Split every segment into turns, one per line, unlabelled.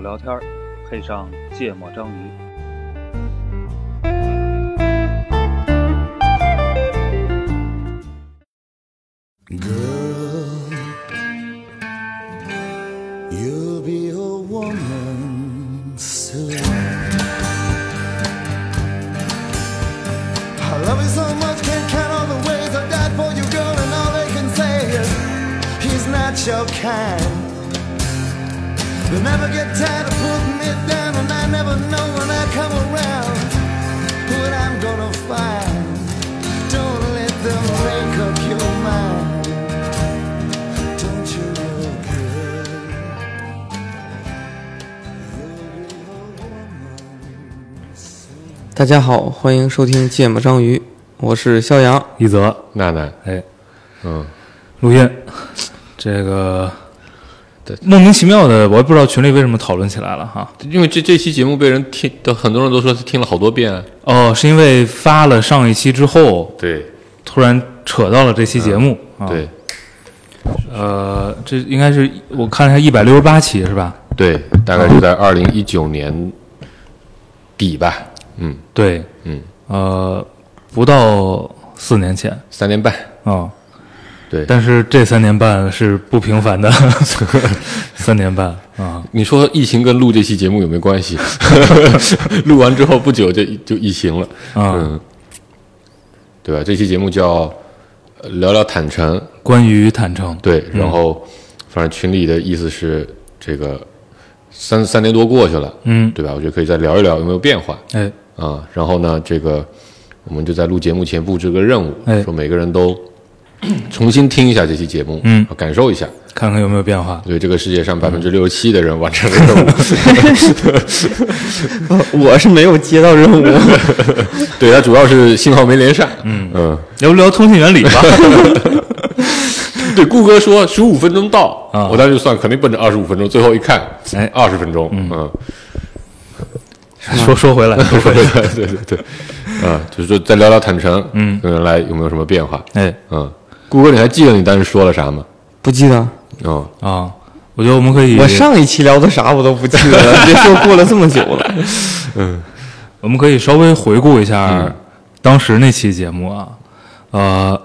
聊天儿，配上芥末章鱼。
Girl, you'll be a woman soon. I love you so much, can't count all the ways I died for you, girl, and all they can say is he's not your kind. They never get tired of putting it down, and I never know when I come around what I'm gonna find. Don't let them make up your mind. Don't you know, girl? You'll be a woman soon.
大家好，欢迎收听《芥末章鱼》，我是肖阳。
一泽，
娜娜，
哎，
嗯，
录音，这个
对
莫名其妙的，我也不知道群里为什么讨论起来了哈。
因为这这期节目被人听，都很多人都说听了好多遍。啊
哦，是因为发了上一期之后，
对
突然扯到了这期节目、啊。
嗯对，
呃，这应该是我看了一下一百六十八期是吧？
对，大概是在二零一九年底吧，嗯，
对，
嗯，
呃，不到四年前
三年半。
啊、
对，
但是这三年半是不平凡 的三年半啊、
你说疫情跟录这期节目有没有关 系？ 录完之后不久就就疫情了，
啊
嗯，对吧？这期节目叫呃聊聊坦诚，
关于坦诚，
对，然后反正群里的意思是这个三三年多过去了，
嗯，
对吧？我觉得可以再聊一聊有没有变化。
哎，
啊，然后呢，这个我们就在录节目前布置个任务，
哎
说每个人都重新听一下这期节目，
嗯
感受一下
看看有没有变化。
对这个世界上百分之六十七的人完成了任 务，
我是没有接到任务，
对它主要是信号没连上，嗯
聊不聊通信原理吧？
对，顾哥说十五分钟到，
啊
我当时就算肯定奔着二十五分钟，最后一看，
哎
二十分钟，嗯，
说说回来，说回来，
对对对对，啊，就是说再聊聊坦诚，嗯，跟原来有没有什么变化，
哎
嗯，顾哥你还记得你当时说了啥吗？
不记得。
嗯，
啊，我觉得我们可以，
我上一期聊的啥我都不记得 了，别说过了这么久了。
我们可以稍微回顾一
嗯
下当时那期节目啊，呃，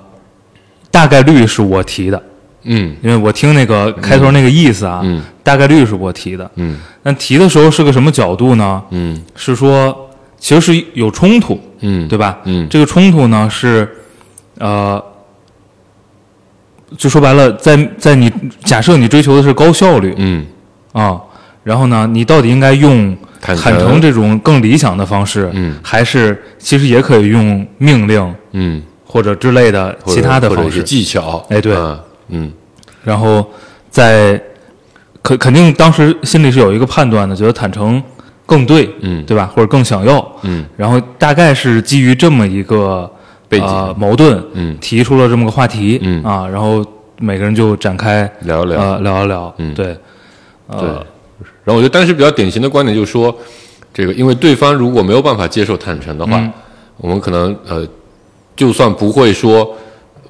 大概率是我提的，
嗯
因为我听那个开头那个意思啊，
嗯
大概率是我提的，
嗯
但提的时候是个什么角度呢？
嗯
是说其实是有冲突，
嗯，
对吧？
嗯
这个冲突呢是，呃，就说白了，在在你假设你追求的是高效率，
嗯
啊、然后呢，你到底应该用
坦
坦
诚
诚这种更理想的方式，
嗯
还是其实也可以用命令
嗯。
或者之类的
或者
其他的
或者
方
一些
式？
技巧。
哎对
啊嗯
然后在肯肯定当时心里是有一个判断的，觉得坦诚更对，
嗯
对吧？或者更想要，
嗯
然后大概是基于这么一个
背景
呃、矛盾，
嗯
提出了这么个话题，
嗯
啊，然后每个人就展开
聊一聊
呃，聊一聊，
嗯
对，
对。
呃，
然后我觉得当时比较典型的观点就是说，这个因为对方如果没有办法接受坦诚的
嗯
话，我们可能呃，就算不会说。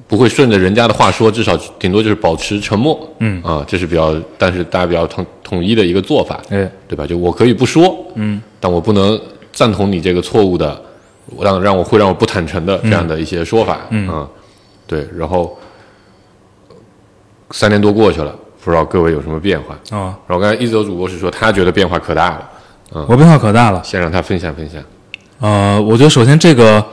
不会顺着人家的话说，至少顶多就是保持沉默。
嗯
啊，这是比较，但是大家比较统统一的一个做法。
哎，
对吧？就我可以不说，嗯，但我不能赞同你这个错误的，我让让我会让我不坦诚的这样的一些说法，嗯，对。然后三年多过去了，不知道各位有什么变化？
啊、
然后刚才一泽主播是说他觉得变化可大了，
我变化可大了。
先让他分享分享。
呃，我觉得首先这个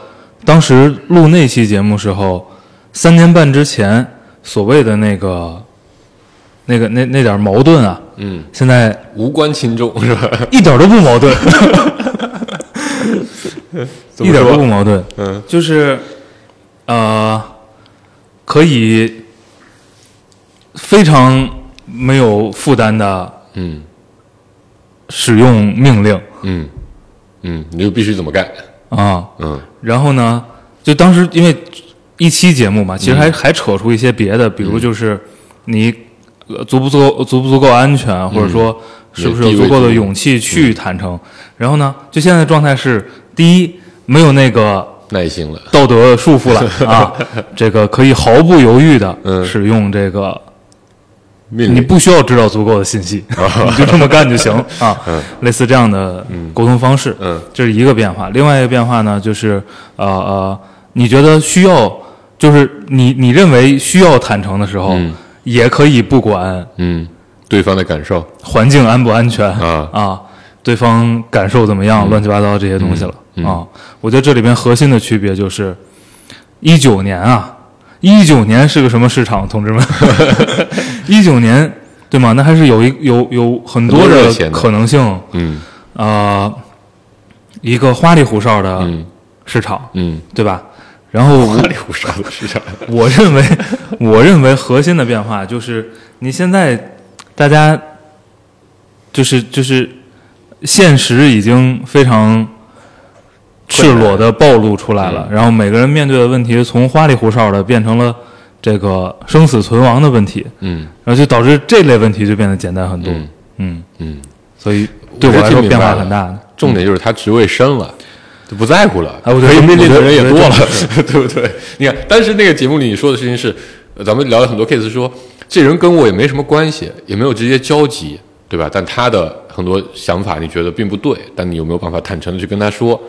当时录那期节目时候，三年半之前所谓的那个那个那那点儿矛盾啊，
嗯，
现在
无关轻重是吧？
一点儿都不矛盾，
怎
一
么
点儿
说
都不矛盾。
嗯，
就是呃，可以非常没有负担的
嗯
使用命令
嗯嗯，你就必须怎么干？
啊。
嗯
然后呢，就当时因为一期节目嘛，其实还、还扯出一些别的，比如就是你、呃足不足够足不足够安全，或者说是不是有足够的勇气去坦诚。然后呢，就现在的状态是，第一没有那个
耐心了，
道德束缚了啊，这个可以毫不犹豫的
嗯
使用这个
命
你
令。
不需要知道足够的信 息，你就这么干就行啊。类似这样的沟通方式，
嗯
这是一个变化。另外一个变化呢，就是呃呃，你觉得需要，就是你你认为需要坦诚的时候，
嗯
也可以不管
嗯，对方的感受
环境安不安全
啊嗯
对方感受怎么样，乱七八糟这些东西了、
嗯嗯
啊。我觉得这里边核心的区别就是，一九年啊，一九年是个什么市场，同 志们？一九年对吗？那还是有一有有很多
很多热
的
钱的
可能性啊、
嗯
呃一个花里胡哨的
嗯
市场，
嗯，
对吧？然后我
花里胡哨的是啥？
我认为，我认为核心的变化就是，你现在大家就是就是现实已经非常赤裸的暴露出来
嗯
了，然后每个人面对的问题从花里胡哨的变成了这个生死存亡的问题，
嗯
然后就导致这类问题就变得简单很多。
嗯
嗯
嗯，
所以对我来
我觉得
说
听明
变
白
化
了
很大的。
重点就是他职位升了，就不在乎了，
哎我觉
可
得
以命令的人也多
我
了
觉得，
对不对？你看，但是那个节目里说的事情是，呃咱们聊了很多 case，说这人跟我也没什么关系，也没有直接交集，对吧？但他的很多想法你觉得并不对，但你有没有办法坦诚的去跟他说？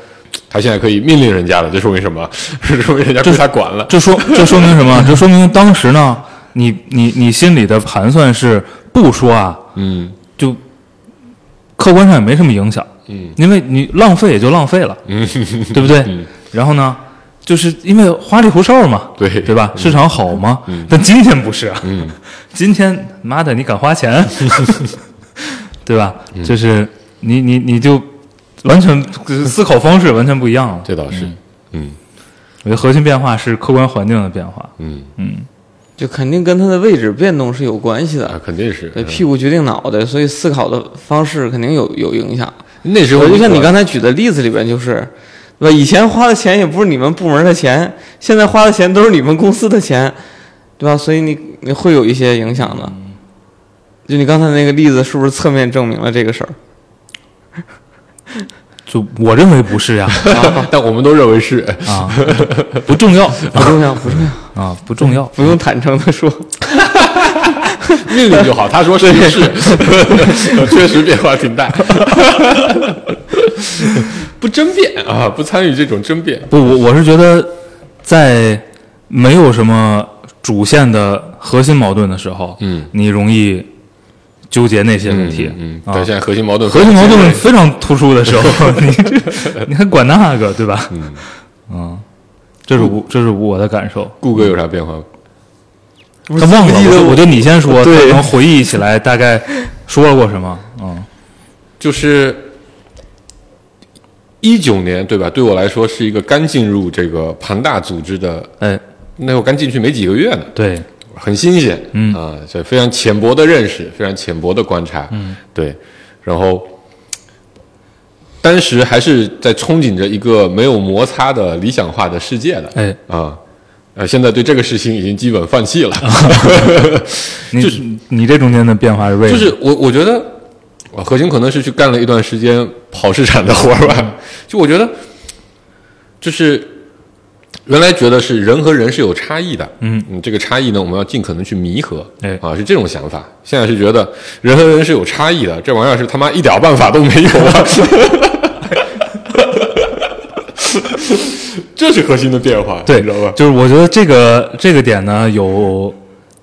他现在可以命令人家了，这说明什么？ 这说明人家归他管了。
这说这说明什么？这说明当时呢，你你你心里的盘算是不说啊，
嗯
就客观上也没什么影响，
嗯，
因为你浪费也就浪费了，嗯，对不对？然后呢，就是因为花里胡哨嘛，
对
对吧？市场好嘛，但今天不是啊，嗯， 今天妈的，你敢花钱， 对吧？就是你你你就完全思考方式完全不一样了。
这倒是，嗯
我觉得核心变化是客观环境的变化，
嗯
就肯定跟他的位置变动是有关系的
啊，。肯定是。
对，
嗯
屁股决定脑袋，所以思考的方式肯定有有影响。
那时候
我就像你
可
刚才举的例子里边，就是，对吧？以前花的钱也不是你们部门的钱，现在花的钱都是你们公司的钱，对吧？所以你你会有一些影响的。就你刚才那个例子，是不是侧面证明了这个事儿？
就我认为不是呀，
但我们都认为是，
啊，不重要
不重要，不重要，
啊，不重 要。
不用坦诚的说。
命令就好。他说是是， 确实变化挺大。不争辩啊，不参与这种争辩。
不，我我是觉得，在没有什么主线的核心矛盾的时候，
嗯，
你容易纠结那些问题，
嗯，嗯
啊
但现在核心矛盾
核心矛盾非常突出的时 候，你这你还管那个对吧？嗯，这是我这是我的感受。
顾哥有啥变化？
他忘了，
记
我
得
就我就你先说，
对
他能回忆起来大概说过什么？嗯
就是一九年对吧？对我来说是一个刚进入这个庞大组织的，
哎，
那会儿刚进去没几个月呢，
对，
很新鲜，
嗯
啊，这非常浅薄的认识，非常浅薄的观察，嗯，对，然后当时还是在憧憬着一个没有摩擦的理想化的世界的，
哎，
啊，呃，现在对这个事情已经基本放弃了，
你
就是
你这中间的变化是为什
就
么？
是我我觉得呃核心可能是去干了一段时间跑市场的活儿
嗯
吧， 就我觉得就是原来觉得是人和人是有差异的，
嗯
嗯，这个差异呢，我们要尽可能去弥合，
哎
啊，是这种想法。现在是觉得人和人是有差异的，这玩意儿是他妈一点办法都没有啊。 这是核心的变化，
对
你知道吧，？
就是我觉得这个这个点呢有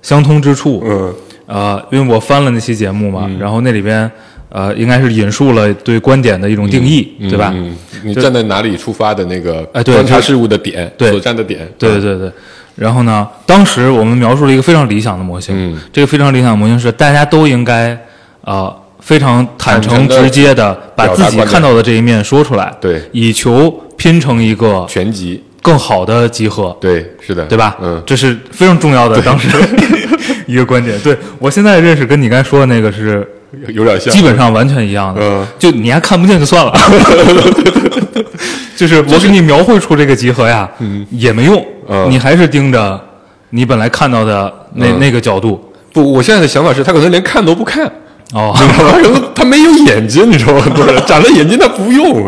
相通之处，
嗯
呃，因为我翻了那期节目嘛，然后那里边呃应该是引述了对观点的一种定义，
嗯
对吧？
嗯，你站在哪里出发的那个
哎对
观察
就是
事物的点，
对
所站的点，啊
对对对对。然后呢，当时我们描述了一个非常理想的模型，
嗯
这个非常理想的模型是大家都应该呃非常坦
坦
诚
诚地
直接的把
表达
自己
观点
看到的这一面说出来，
对
以求拼成一个
全集，
更好的集合，
对，是的，
对吧？
嗯，
这是非常重要的当时 一个观点。对我现在认识跟你刚才说的那个是
有有点像，
基本上完全一样的，
嗯
就你还看不见就 算了，就是我给你描绘出这个集合呀，也没用，
嗯
你还是盯着你本来看到的那、
嗯
那个角度，
不，我现在的想法是他可能连看都不看，
哦，
然后他没有眼睛，你知道吗？不是，长了眼睛他不用，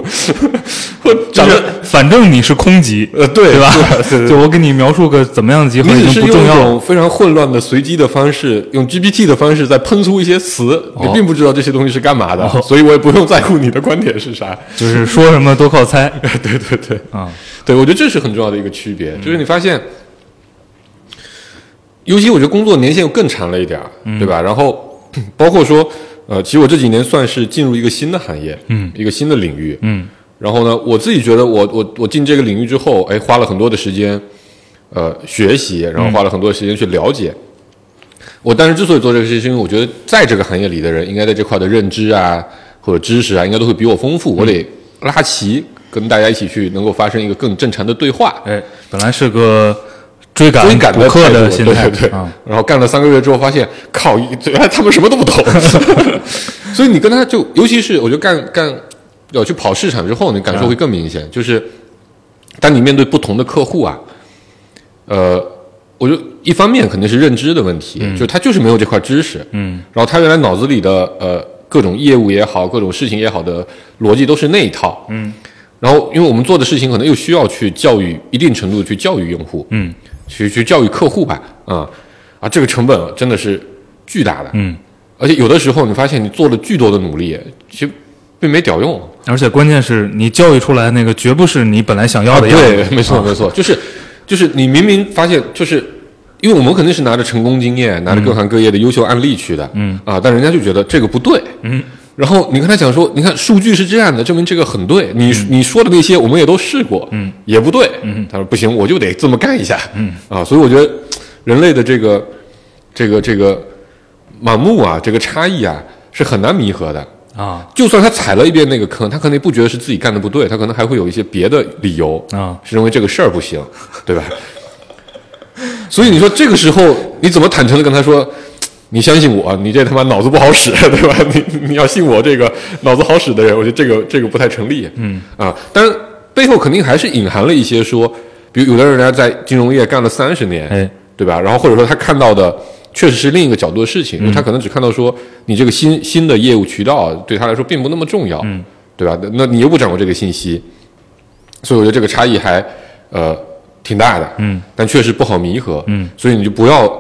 或
就
长
是
得
反正你是空集，
呃对
对吧
对对对？
就我给你描述个怎么样的集合
你
已经
只是
不
用
重
一
要了
种。非常混乱的随机的方式，用 GPT 的方式在喷出一些词，你
哦
并不知道这些东西是干嘛的，
哦
所以我也不用在乎你的观点是啥。
就是说什么都靠猜
对对对，
啊，
对我觉得这是很重要的一个区别，就是你发现，尤其我觉得工作年限又更长了一点儿，
嗯
对吧？然后包括说，呃，其实我这几年算是进入一个新的行业，
嗯
一个新的领域，
嗯
然后呢，我自己觉得我我我进这个领域之后，哎，花了很多的时间，呃，学习，然后
嗯
花了很多的时间去了解。我当时之所以做这个事情，是因为我觉得在这个行业里的人，应该在这块的认知啊或者知识啊，应该都会比我丰富。我得拉齐，跟大家一起去能够发生一个更正常的对话。
哎，本来是个追赶
追赶
补课
态
的
度
心
对
态，
对对
啊，
然后干了三个月之后，发现靠，原来他们什么都 不懂。所以你跟他就，尤其是我觉得干干要去跑市场之后，你感受会更明显。就是当你面对不同的客户啊，呃，我就一方面肯定是认知的问题，就他就是没有这块知识，
嗯，
然后他原来脑子里的呃各种业务也好，各种事情也好的逻辑都是那一套，
嗯，
然后因为我们做的事情可能又需要去教育一定程度地去教育用户，
嗯
去去教育客户吧，啊、啊，这个成本真的是巨大的，
嗯，
而且有的时候你发现你做了巨多的努力，其实并没屌用，
而且关键是你教育出来那个绝不是你本来想要的样子，
啊
啊
对，没错没错，就是就是你明明发现就是。因为我们肯定是拿着成功经验，拿着各行各业的优秀案例去的，嗯啊，但人家就觉得这个不对，嗯。然后你跟他讲说，你看数据是这样的，证明这个很对。你、你说的那些我们也都试过，嗯，也不对，嗯。他说不行，我就得这么干一下，嗯啊，所以我觉得人类的这个这个这个盲目啊，这个差异啊是很难弥合的，
啊
就算他踩了一遍那个坑，他可能也不觉得是自己干的不对，他可能还会有一些别的理由
啊
是认为这个事儿不行，对吧？ 所以你说这个时候你怎么坦诚的跟他说，你相信我，你这他妈脑子不好使， 对吧？你你要信我这个脑子好使的人，我觉得这个这个不太成立。嗯啊，当然背后肯定还是隐含了一些说，比如有的人家在金融业干了三十年，
哎
对吧？然后或者说他看到的确实是另一个角度的事情，因为他可能只看到说你这个新新的业务渠道对他来说并不那么重要，嗯、对吧？那那你又不掌握这个信息，所以我觉得这个差异还呃挺大的，
嗯，
但确实不好弥合，
嗯，
所以你就不要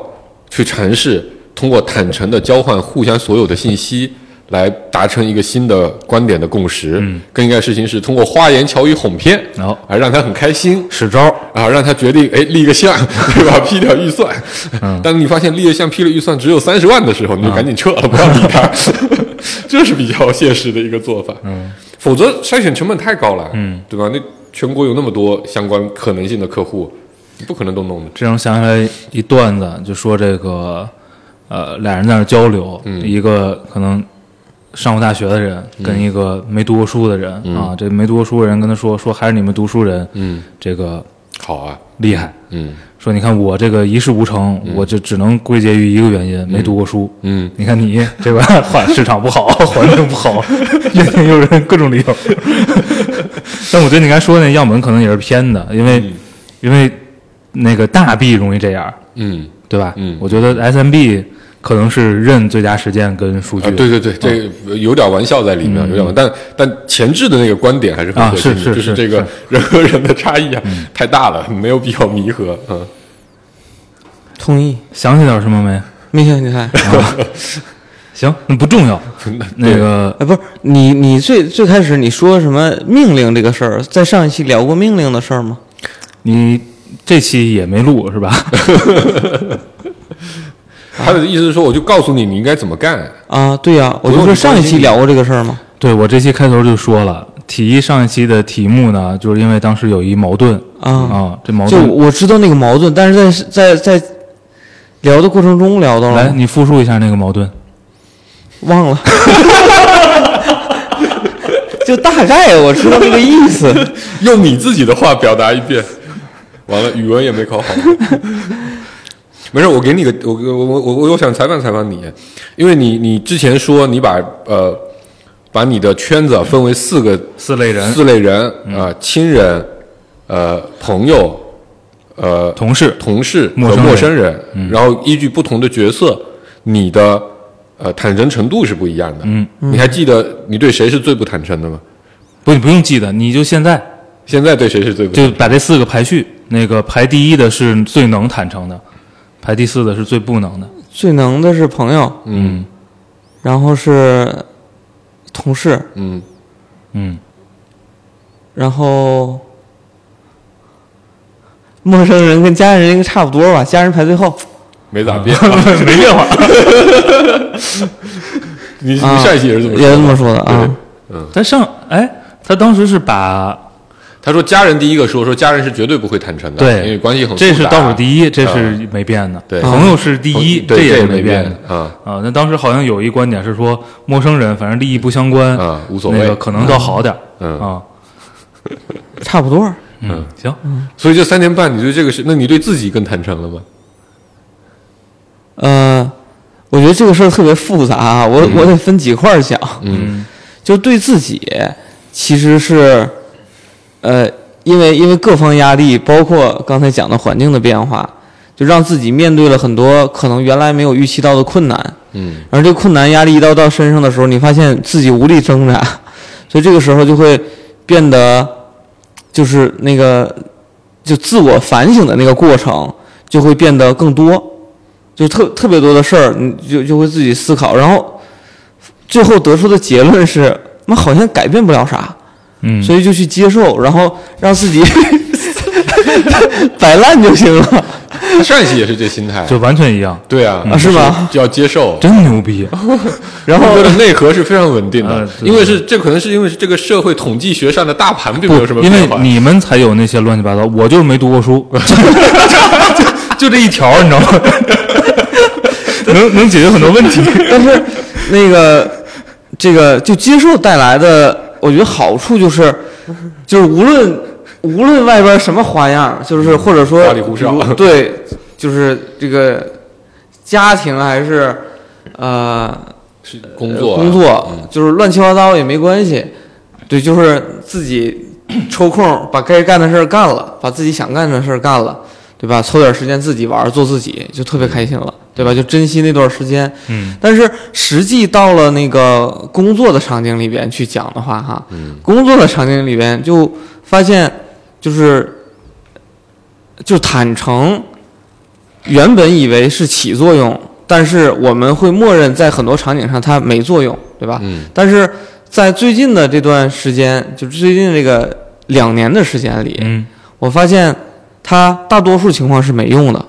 去尝试通过坦诚的交换互相所有的信息。来达成一个新的观点的共识，嗯、更应该的事情是通过花言巧语哄骗，
好
啊，让他很开心，
使招，
啊，让他决定，哎，立个项，对吧？批掉预算。当你发现立了项、批了预算只有三十万的时候，你就赶紧撤了，不要理他。 这是比较现实的一个做法。嗯，否则筛选成本太高了。嗯，对吧？那全国有那么多相关可能性的客户，你不可能都弄的。
这让我想起来一段子，就说这个呃俩人在那儿交流，
嗯
一个可能上过大学的人跟一个没读过书的人、啊，这没读过书的人跟他说说还是你们读书人，
嗯，
这个
好啊，
厉害。
嗯
说你看我这个一事无成，我这只能归结于一个原因，没读过书。
嗯，
你看你对吧？ 环市场不好，环境不好， 怨天尤人，各种理由。 但我觉得你刚才说的那样本可能也是偏的，因为、因为那个大 B 容易这样，
嗯
对吧？
嗯
我觉得 SMB 可能是认最佳实践跟数据。
啊，对对对，这个有点玩笑在里面，有点玩，但但前置的那个观点还是很
啊
核心的，
是是
就是这个人和人的差异啊、太大了，没有必要弥合。嗯。
同意，
想起点什么没？
没想起来。
行，那不重要。 那个
哎，不是你，你最最开始你说什么命令这个事儿，在上一期聊过命令的事儿吗？
你这期也没录是吧？
他的意思是说，我就告诉你你应该怎么干。
啊，对呀、我就
不用
说
你
上一
关心
期
你
聊过这个事儿吗？
对我这期开头就说了，体一上一期的题目呢，就是因为当时有一矛盾
啊
这矛
就
盾，
我知道那个矛盾，但是在在在聊的过程中聊到
来
了，
你复述一下那个矛盾。
忘了， 就大概我知道那个意思。
用你自己的话表达一遍。完了，语文也没考好。 没事，我给你个，我我我我我想采访采访你，因为你你之前说你把呃把你的圈子分为四个
四类人嗯
四类人啊、呃亲人、呃朋友、呃
同事
同事和
陌生人嗯
陌生人，然后依据不同的角色，你的呃坦诚程度是不一样的。
嗯，
你还记得你对谁是最不坦诚的吗？
不，你不用记得，你就现在
现在对谁是最不坦诚
就把这四个排序，那个排第一的是最能坦诚的，排第四的是最不能的。
最能的是朋友，
嗯
然后是同事，
嗯，
嗯，
然后陌生人跟家人应该差不多吧，家人排最后。
没咋变，没变化。 你你
啊
上一期也是这么
也
说
是
的
这么说的啊。
嗯
他上哎，他当时是把
他说家人第一个说，说家人是绝对不会坦诚的，
对，
因为关系很复杂
这是倒数第一，这是
啊
没变的。
对
朋友是第一，
嗯对
也
这
是
也
没
没
变
变
的
的啊
那当时好像有一观点是说，陌生人反正利益不相关
啊无所谓
那个可能倒好点儿。
嗯
啊，
差不多。
嗯，行，
所以这三年半，你对这个事，那你对自己更坦诚了吗？
呃，我觉得这个事儿特别复杂啊，我、我得分几块儿讲。
嗯，
就对自己其实是，呃，因为因为各方压力，包括刚才讲的环境的变化，就让自己面对了很多可能原来没有预期到的困难。
嗯
而这困难压力一到到身上的时候，你发现自己无力挣扎，所以这个时候就会变得就是那个就自我反省的那个过程就会变得更多，就特特别多的事儿，你就就会自己思考，然后最后得出的结论是，妈好像改变不了啥，
嗯，
所以就去接受，然后让自己 摆烂就行了。
他上一期也是这心态，
就完全一样，
对啊，
啊是吗？
就要 接受。
真牛 逼。
然后
这个内核是非常稳定的
呃，对
因为是这可能是因为是这个社会统计学上的大盘并没有什么
因为
变化。
你们才有那些乱七八糟，我就是没读过 书，就这一条，你知道吗？能能解决很多问 题。
但是那个这个就接受带来的，我觉得好处就是，就是无论无论外边什么花样，就是或者说
嗯花里胡哨
如对，就是这个家庭还是呃
是工作啊
工作
嗯，
就是乱七八糟也没关系，对，就是自己 抽空把该干的事儿干了，把自己想干的事儿干了。对吧？抽点时间自己玩儿，做自己，就特别开心了，对吧？就珍惜那段时间。
嗯，
但是实际到了那个工作的场景里边去讲的话，哈，
嗯
工作的场景里边就发现，就是就坦诚，原本以为是起作用，但是我们会默认在很多场景上它没作用，对吧？
嗯
但是在最近的这段时间，就是最近这个两年的时间里，
嗯
我发现它大多数情况是没用的。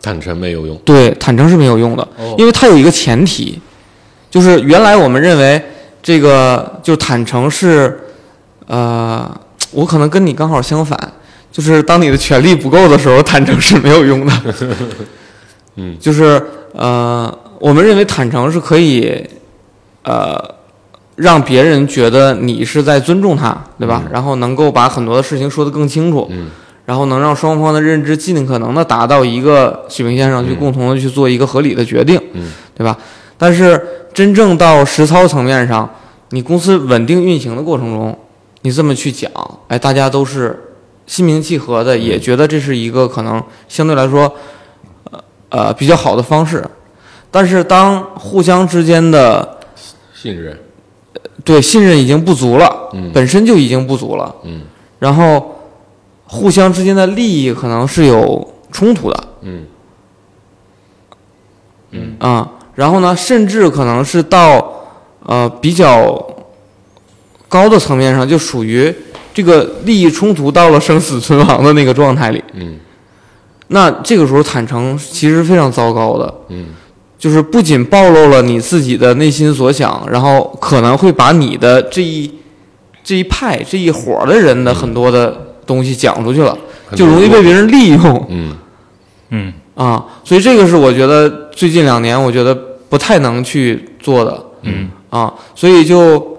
坦诚没有用，
对，坦诚是没有用的，
哦
因为它有一个前提，就是原来我们认为这个就坦诚是，呃，我可能跟你刚好相反，就是当你的权力不够的时候，坦诚是没有用的。
嗯，
就是呃，我们认为坦诚是可以，呃。让别人觉得你是在尊重他，对吧？然后能够把很多的事情说得更清楚，
嗯
然后能让双方的认知尽可能的达到一个水平线上去，共同的去做一个合理的决定，
嗯
对吧？但是真正到实操层面上，你公司稳定运行的过程中，你这么去讲，哎，大家都是心平气和的，也觉得这是一个可能相对来说，呃呃比较好的方式。但是当互相之间的
信任，
对信任已经不足了，
嗯
本身就已经不足了，
嗯
然后互相之间的利益可能是有冲突的
嗯
啊、然后呢，甚至可能是到呃比较高的层面上，就属于这个利益冲突到了生死存亡的那个状态里。
嗯
那这个时候坦诚其实非常糟糕的，
嗯
就是不仅暴露了你自己的内心所想，然后可能会把你的这一这一派这一伙儿的人的很多的东西讲出去了，
很
就容易
多
被别人利用。
嗯
嗯，
啊，所以这个是我觉得最近两年我觉得不太能去做的，
嗯
啊，所以就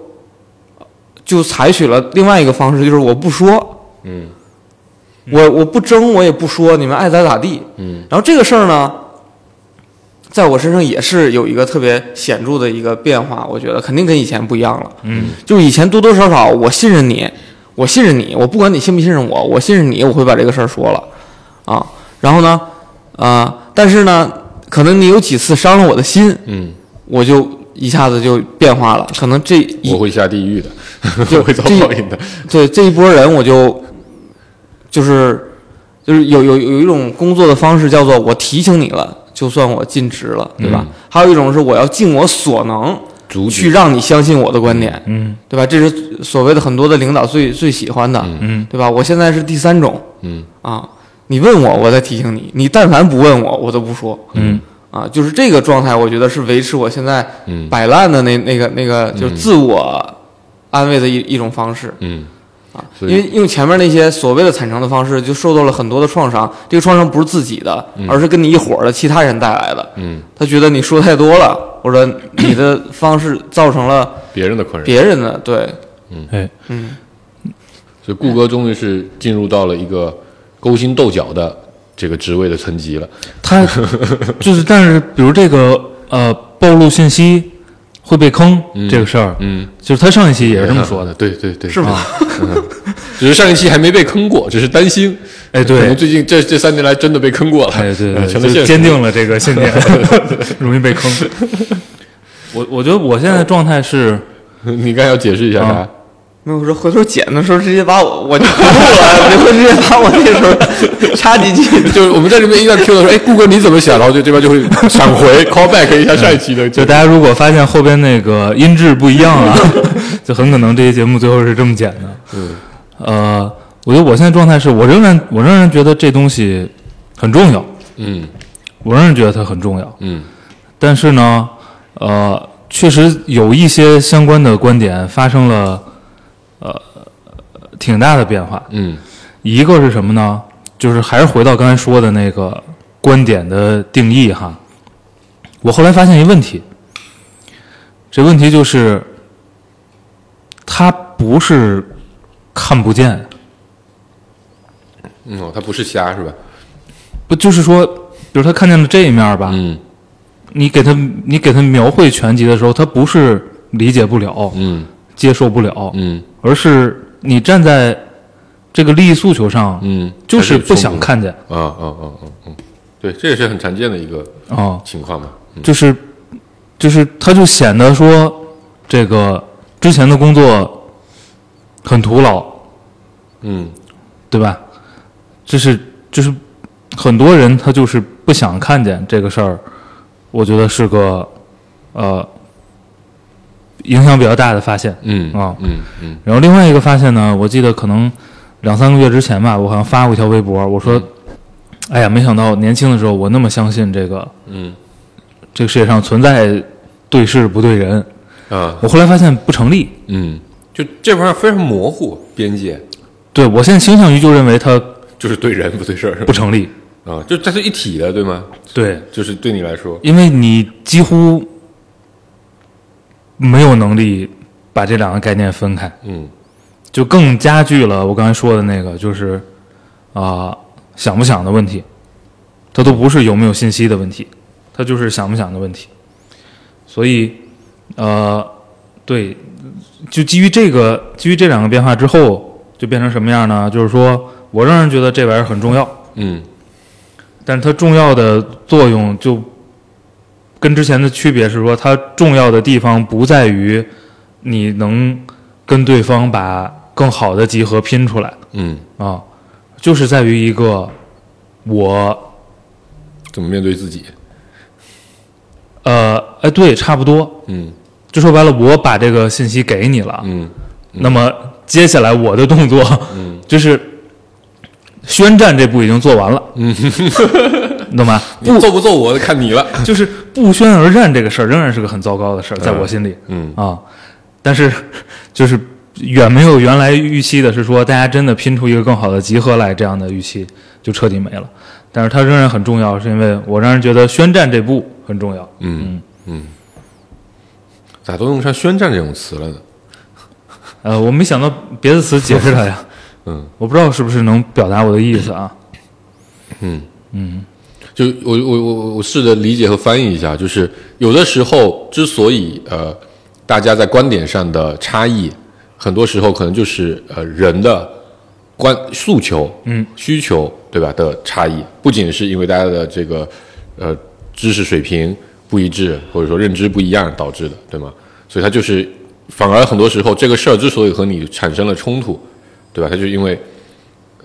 就采取了另外一个方式，就是我不说，
嗯
我我不争，我也不说，你们爱咋咋地。
嗯
然后这个事儿呢，在我身上也是有一个特别显著的一个变化，我觉得肯定跟以前不一样了。
嗯，
就是以前多多少少我信任你，我信任你，我不管你信不信任我，我信任你，我会把这个事儿说了啊。然后呃呢，啊、但是呢，可能你有几次伤了我的心，
嗯
我就一下子就变化了，可能这一
我会下地狱的，
就
我会遭
这
报应的。
对这一波人，我就就是就是有有有一种工作的方式叫做我提醒你了，就算我尽职了，对
嗯
吧？还有一种是我要尽我所能
阻止
去让你相信我的观点，
嗯
对吧？这是所谓的很多的领导最最喜欢的，
嗯
对吧？我现在是第三种
嗯
啊，你问我，我再提醒你；你但凡不问我，我都不说。
嗯
啊，就是这个状态，我觉得是维持我现在
嗯
摆烂的那那个那个，
嗯
就是自我安慰的一一种方式。
嗯，
啊，
所
因
以
为用前面那些所谓的惨诚的方式，就受到了很多的创伤。这个创伤不是自己的，而是跟你一伙儿的其他人带来的。
嗯，
他觉得你说太多了，或者你的方式造成了
别人的困扰。
别人的对，
哎，
嗯，
所以顾哥终于是进入到了一个勾心斗角的这个职位的层级了。
他就是，但是比如这个呃，暴露信息会被坑、这个事儿，
嗯，
就是他上一期也是这么说的。
对对对，嗯
是吗？
只是上一期还没被坑过，只是担心。
哎，
可能
对，
最近这这三年来真的被坑过了，
哎对
呃
对，
成了
就
现
坚
实。
定了这个信念， 容易被坑。我我觉得我现在状态是，
你刚才要解释一下啥？
啊
没有我说回头剪的时候直接把我我就不录了，你会直接把我那时候插进去。
就是我们在这边一旦 Q 的时候，哎，顾哥你怎么想？然后就这边就会闪回 call back 一下上一期的，
就
就
大家如果发现后边那个音质不一样 了，就很可能这些节目最后是这么剪的。
嗯
呃，我觉得我现在状态是我仍然我仍然觉得这东西很重要，
嗯
我仍然觉得它很重要。
嗯
但是呢，呃，确实有一些相关的观点发生了呃挺大的变化。
嗯
一个是什么呢？就是还是回到刚才说的那个观点的定义哈。我后来发现一问题，这问题就是，它不是看不见，
嗯，哦他不是瞎是吧？
不就是说，比如他看见了这一面吧，
嗯
你给他你给他描绘全集的时候，他不是理解不了、
嗯
接受不了，
嗯
而是你站在这个利益诉求上，
嗯，
就是不想
还
看见
是冲动的。啊啊啊啊啊！对，这也是很常见的一个
啊。
情况嘛。嗯
就是就是他就显得说这个之前的工作很徒劳，
嗯
对吧？这是就是很多人他就是不想看见这个事儿，我觉得是个呃影响比较大的发现。
嗯
啊
嗯嗯
然后另外一个发现呢，我记得可能两三个月之前吧，我好像发过一条微博，我
嗯
说：“哎呀，没想到年轻的时候我那么相信这个
嗯
这个世界上存在对事不对人。”
啊
我后来发现不成立。
嗯，就这玩意儿非常模糊边界，
对我现在倾向于就认为它
就是对人不对事儿
不成立。
啊，就它是一体的，对吗？
对，
就是对你来说，
因为你几乎没有能力把这两个概念分开，
嗯
就更加剧了我刚才说的那个，就是啊、想不想的问题，它都不是有没有信息的问题，它就是想不想的问题。所以，呃，对，就基于这个，基于这两个变化之后，就变成什么样呢？就是说我仍然觉得这玩意儿很重要。
嗯
但是它重要的作用就跟之前的区别是说，它重要的地方不在于你能跟对方把更好的集合拼出来
嗯，
啊，就是在于一个我
怎么面对自己？
呃哎对，差不多，
嗯
就说白了，我把这个信息给你了，
嗯
那么接下来我的动作、就是宣战这步已经做完了， 嗯，懂吗？
你揍不揍我看你了。
就是不宣而战这个事儿仍然是个很糟糕的事儿，在我心里，
嗯
啊，但是就是远没有原来预期的是说大家真的拼出一个更好的集合来这样的预期就彻底没了。但是它仍然很重要，是因为我让人觉得宣战这步很重要。
嗯嗯，咋都用上“宣战”这种词了呢？
呃，我没想到别的词解释它呀，
嗯，
我不知道是不是能表达我的意思啊。
就我我我我我试着理解和翻译一下，就是有的时候之所以呃大家在观点上的差异，很多时候可能就是呃人的观诉求、嗯需求对吧的差异，不仅是因为大家的这个呃知识水平。不一致，或者说认知不一样导致的，对吗？所以它就是反而很多时候这个事儿之所以和你产生了冲突，对吧？它就因为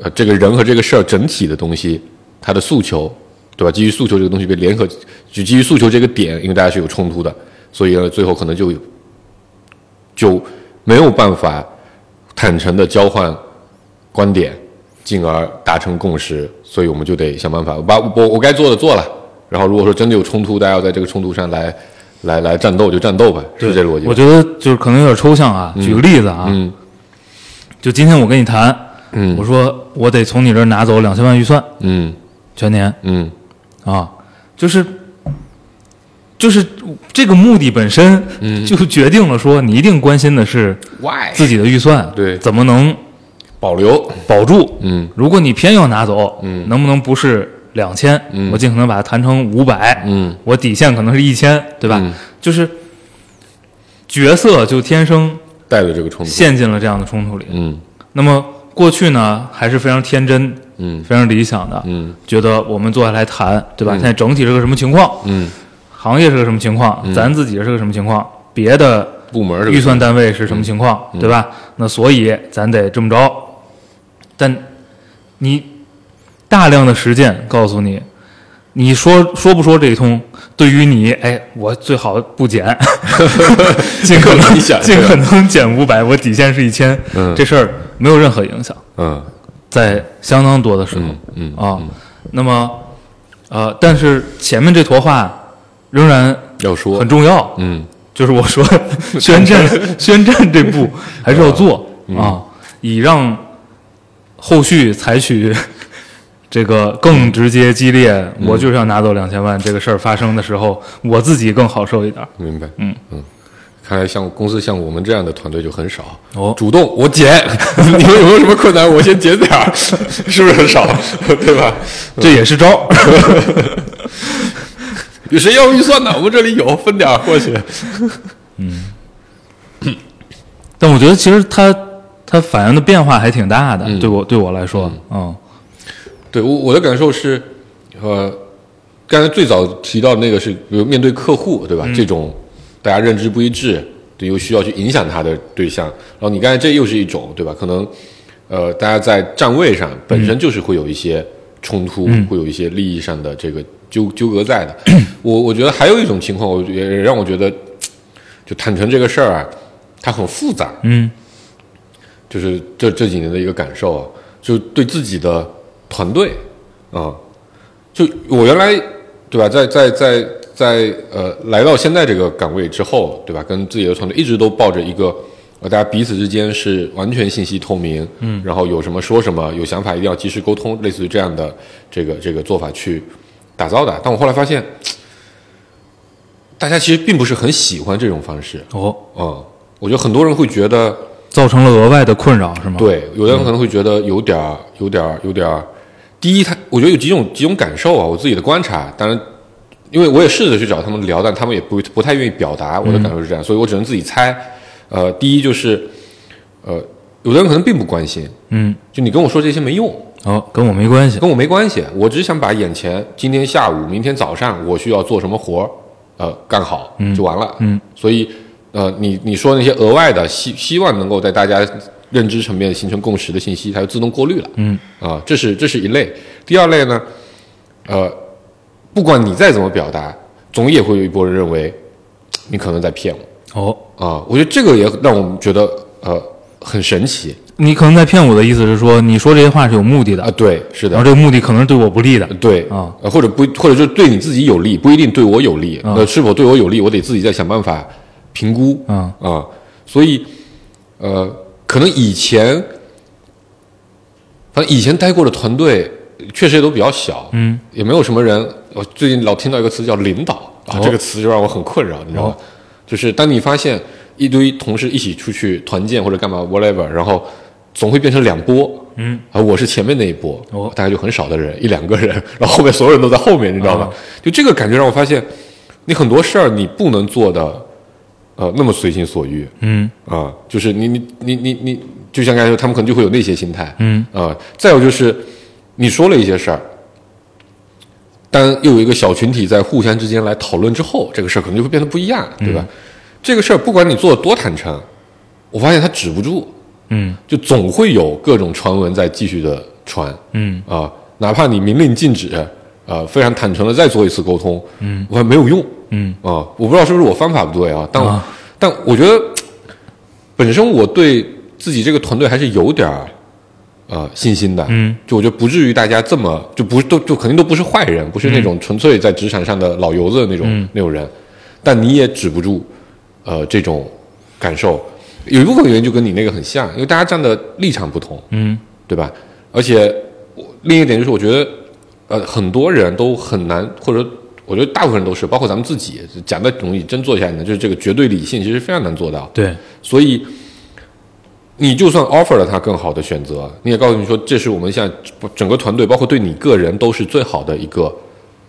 呃这个人和这个事儿整体的东西，它的诉求，对吧？基于诉求这个东西被联合，就基于诉求这个点，因为大家是有冲突的，所以呢最后可能就就没有办法坦诚的交换观点，进而达成共识。所以我们就得想办法把我我该做的做了，然后如果说真的有冲突，大家要在这个冲突上来来来战斗就战斗吧，是这逻辑吧。
我觉得就是可能有点抽象啊，举个例子啊，
嗯
就今天我跟你谈，
嗯
我说我得从你这儿拿走两千万预算，
嗯
全年
嗯
啊，就是就是这个目的本身， 就决定了说你一定关心的是
嗯，why
自己的预算，
对
怎么能
保留？
保住？
嗯
如果你偏要拿走，
嗯
能不能不是两千、
嗯
我尽可能把它谈成五百、
嗯
我底线可能是一千，对吧？
嗯
就是角色就天生
带着这个冲突，
陷进了这样的冲突里。
嗯
那么过去呢，还是非常天真、
嗯
非常理想的，
嗯
觉得我们坐下来谈，对吧？现在整体是个什么情况？
嗯，
行业是个什么情况？咱自己是个什么情况？别的
部门是
预算单位是什么情况，
嗯
对吧？那所以咱得这么着。但你大量的实践告诉你，你说说不说这一通，对于你，哎，我最好不 减，尽可
更
能
理想
尽可能减五百，我底线是一千、
嗯
这事儿没有任何影响，
嗯
在相当多的时候，
嗯嗯
啊、那么呃，但是前面这坨话仍然
要说
很重要，
嗯
就是我 说宣战宣战这步
嗯
还是要做啊，以让后续采取 这个
嗯
更直接激烈，我就是要拿走两千万这个事儿发生的时候，我自己更好受一点儿。
明白
嗯
嗯。看来像公司像我们这样的团队就很少，
哦
主动我减， 你们有没有什么困难我先减点儿， 是不是很少， 对吧？
这也是招儿，
有谁要预算呢？我们这里有，分点儿过去。
但我觉得其实它它反映的变化还挺大的，对我对我来说，嗯
对我我的感受是，呃，刚才最早提到那个是，比如面对客户，对吧？这种大家认知不一致，对，又需要去影响他的对象。然后你刚才这又是一种，对吧？可能呃，大家在站位上本身就是会有一些冲突，会有一些利益上的这个纠纠葛在的。我我觉得还有一种情况，我也也让我觉得，就坦诚这个事儿啊，它很复杂。
嗯
就是这这几年的一个感受啊，就对自己的团队啊、就我原来对吧，在在在在呃来到现在这个岗位之后，对吧，跟自己的团队一直都抱着一个呃大家彼此之间是完全信息透明，嗯，然后有什么说什么，有想法一定要及时沟通，类似于这样的这个这个做法去打造的。但我后来发现，大家其实并不是很喜欢这种方式
哦，
啊、我觉得很多人会觉得。
造成了额外的困扰是吗？，
对，有的人可能会觉得有点儿、有点儿、有点儿。第一，他我觉得有几种几种感受啊，我自己的观察。当然，因为我也试着去找他们聊，但他们也不不太愿意表达。我的感受
嗯
是这样，所以我只能自己猜。呃，第一就是，呃，有的人可能并不关心，
嗯，
就你跟我说这些没用，
哦，跟我没关系，
跟我没关系，我只想把眼前今天下午、明天早上我需要做什么活儿，呃，干好就完了。
嗯
所以呃，你你说那些额外的希希望能够在大家认知层面形成共识的信息，它就自动过滤了。
嗯
啊、这是这是一类。第二类呢，呃，不管你再怎么表达，总也会有一波人认为你可能在骗我
哦，
啊、我觉得这个也让我们觉得呃很神奇
你可能在骗我的意思是说，你说这些话是有目的的
啊、，对，是的
然后。这个目的可能是对我不利的，
对
啊
呃或者不，或者就对你自己有利，不一定对我有利。
啊
呃，是否对我有利，我得自己再想办法评估啊、
嗯
所以，呃，可能以前，反正以前待过的团队确实也都比较小，
嗯，
也没有什么人。我最近老听到一个词叫“领导”，啊，
哦
这个词就让我很困扰，你知道吧？就是当你发现一堆同事一起出去团建或者干嘛 whatever，然后总会变成两波，
嗯，
啊，我是前面那一波，
哦
大概就很少的人，一两个人，然后后面所有人都在后面，你知道
哦
吧？就这个感觉让我发现，你很多事儿你不能做的，呃，那么随心所欲
嗯
啊、就是你你你你你，就像刚才说，他们可能就会有那些心态，
嗯
啊、再有就是你说了一些事儿，当又有一个小群体在互相之间来讨论之后，这个事儿可能就会变得不一样，对
嗯
吧？这个事儿不管你做得多坦诚，我发现它止不住，
嗯
就总会有各种传闻在继续的传
嗯
啊、哪怕你明令禁止，啊、非常坦诚的再做一次沟通，嗯，我还没有用，
嗯
啊，我不知道是不是我方法不对啊，但我、
啊
但我觉得本身我对自己这个团队还是有点儿呃信心的，
嗯，
就我觉得不至于大家这么就不都就肯定都不是坏人，不是
嗯
那种纯粹在职场上的老油子那种、那种人，但你也止不住呃这种感受，有一部分原因就跟你那个很像，因为大家站的立场不同，
嗯
对吧？而且我另一点就是，我觉得呃，很多人都很难，或者我觉得大部分人都是，包括咱们自己，讲的容易，真做下来呢，就是这个绝对理性，其实非常难做到。
对
所以你就算 offer 了他更好的选择，你也告诉你说，这是我们现在整个团队，包括对你个人都是最好的一个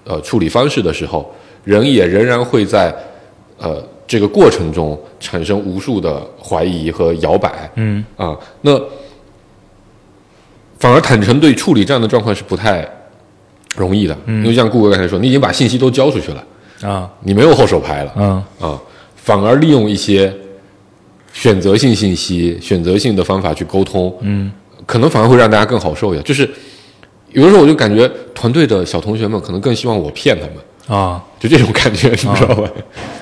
呃处理方式的时候，人也仍然会在呃这个过程中产生无数的怀疑和摇摆。
嗯
啊，那反而坦诚对处理这样的状况是不太容易的，因为像顾哥刚才说，你已经把信息都交出去了，
啊
你没有后手牌了
嗯
啊，反而利用一些选择性信息、选择性的方法去沟通，嗯，可能反而会让大家更好受一点。就是有的时候我就感觉团队的小同学们可能更希望我骗他们，
啊
就这种感觉，你知道吧？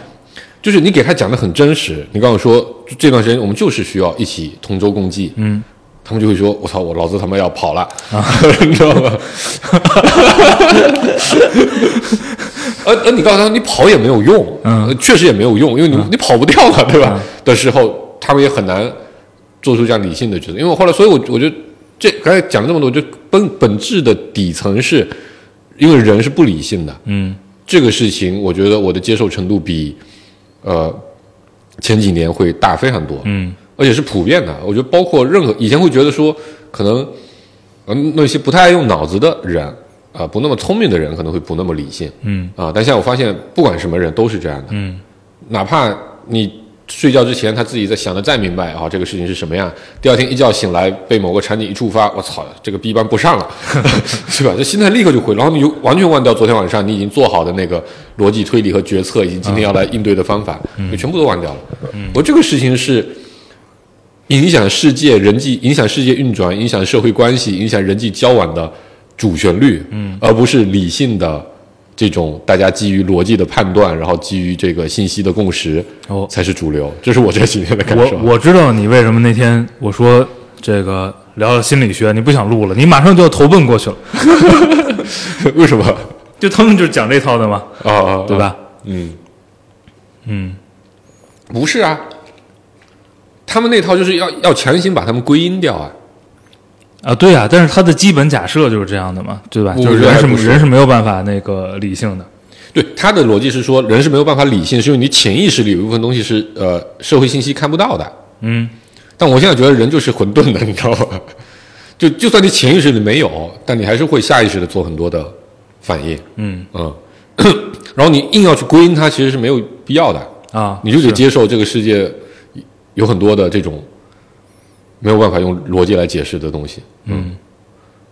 就是你给他讲的很真实，你跟我说就这段时间我们就是需要一起同舟共济，嗯，啊他们就会说：“我操，我老子他妈要跑了， 你知道吗？”而而呃你告诉他你跑也没有用，嗯，确实也没有用，因为你、你跑不掉了，对吧？的时候，他们也很难做出这样理性的决策。因为我后来，所以我我觉得这刚才讲了这么多，就本本质的底层是，因为人是不理性的，
嗯
这个事情，我觉得我的接受程度比呃前几年会大非常多，
嗯
而且是普遍的。我觉得包括任何以前会觉得说，可能嗯那些不太爱用脑子的人啊、不那么聪明的人可能会不那么理性，
嗯
啊，但现在我发现不管什么人都是这样的，
嗯，
哪怕你。睡觉之前，他自己在想的再明白啊，这个事情是什么样。第二天一觉醒来，被某个场景一触发，我操，这个 B 班不上了， 是吧？这心态立刻就回，然后你就完全忘掉昨天晚上你已经做好的那个逻辑推理和决策，以及今天要来应对的方法，
嗯
就全部都忘掉了。我这个事情是影响世界人际、影响世界运转、影响社会关系、影响人际交往的主旋律，嗯，而不是理性的这种大家基于逻辑的判断，然后基于这个信息的共识，
哦
才是主流。这是我这几年的感受。
我我知道你为什么那天我说这个聊聊心理学，你不想录了，你马上就要投奔过去了，
为什么啊
就他们就是讲这套的嘛，
啊？啊
对？吧？
嗯，
嗯，
不是啊，他们那套就是要要强行把他们归因掉啊。
啊，对呀、但是它的基本假设就是这样的嘛，对吧？
我
就是
觉得还
人
不
是
是
人是没有办法那个理性的，
对他的逻辑是说，人是没有办法理性，是因为你潜意识里有一部分东西是呃社会信息看不到的。
嗯
但我现在觉得人就是混沌的，你知道吗？ 就就算你潜意识里没有，但你还是会下意识的做很多的反应，
嗯
嗯， 然后你硬要去归因它，其实是没有必要的，
啊，
你就是得接受这个世界有很多的这种没有办法用逻辑来解释的东西，嗯，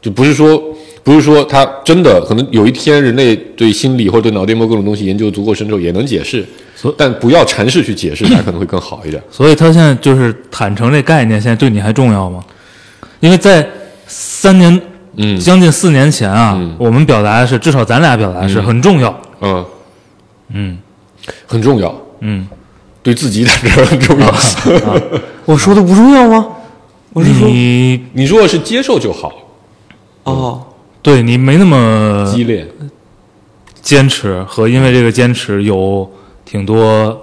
就不是说不是说它真的可能有一天人类对心理或者对脑电波各种东西研究足够深之后也能解释
所，
但不要尝试去解释它，可能会更好一点。
所以它现在就是坦诚这概念，现在对你还重要吗？因为在三年，
嗯
将近四年前啊，
嗯
我们表达的是，至少咱俩表达的是、很重要，
嗯，
嗯
很重要，
嗯，
对自己坦诚很重要。
我说的不重要吗？我是说，
你
你如果是接受就好，
哦，
对你没那么
激烈，
坚持和因为这个坚持有挺多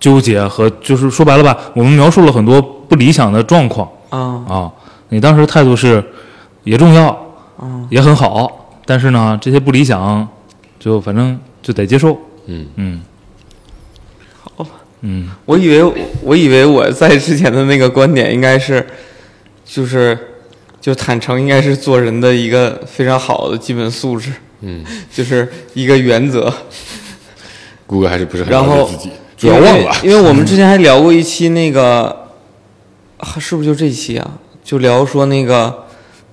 纠结和就是说白了吧，我们描述了很多不理想的状况
啊，
啊。你当时态度是也重要，
嗯
也很好，但是呢，这些不理想就反正就得接受。
嗯
嗯
我以为我以为我在之前的那个观点应该是，就是就坦诚应该是做人的一个非常好的基本素质，
嗯，
就是一个原则。
谷歌还是不是很
然
了
后
解自己，主要忘了。
因为，因为我们之前还聊过一期那个，啊是不是就这一期啊？就聊说那个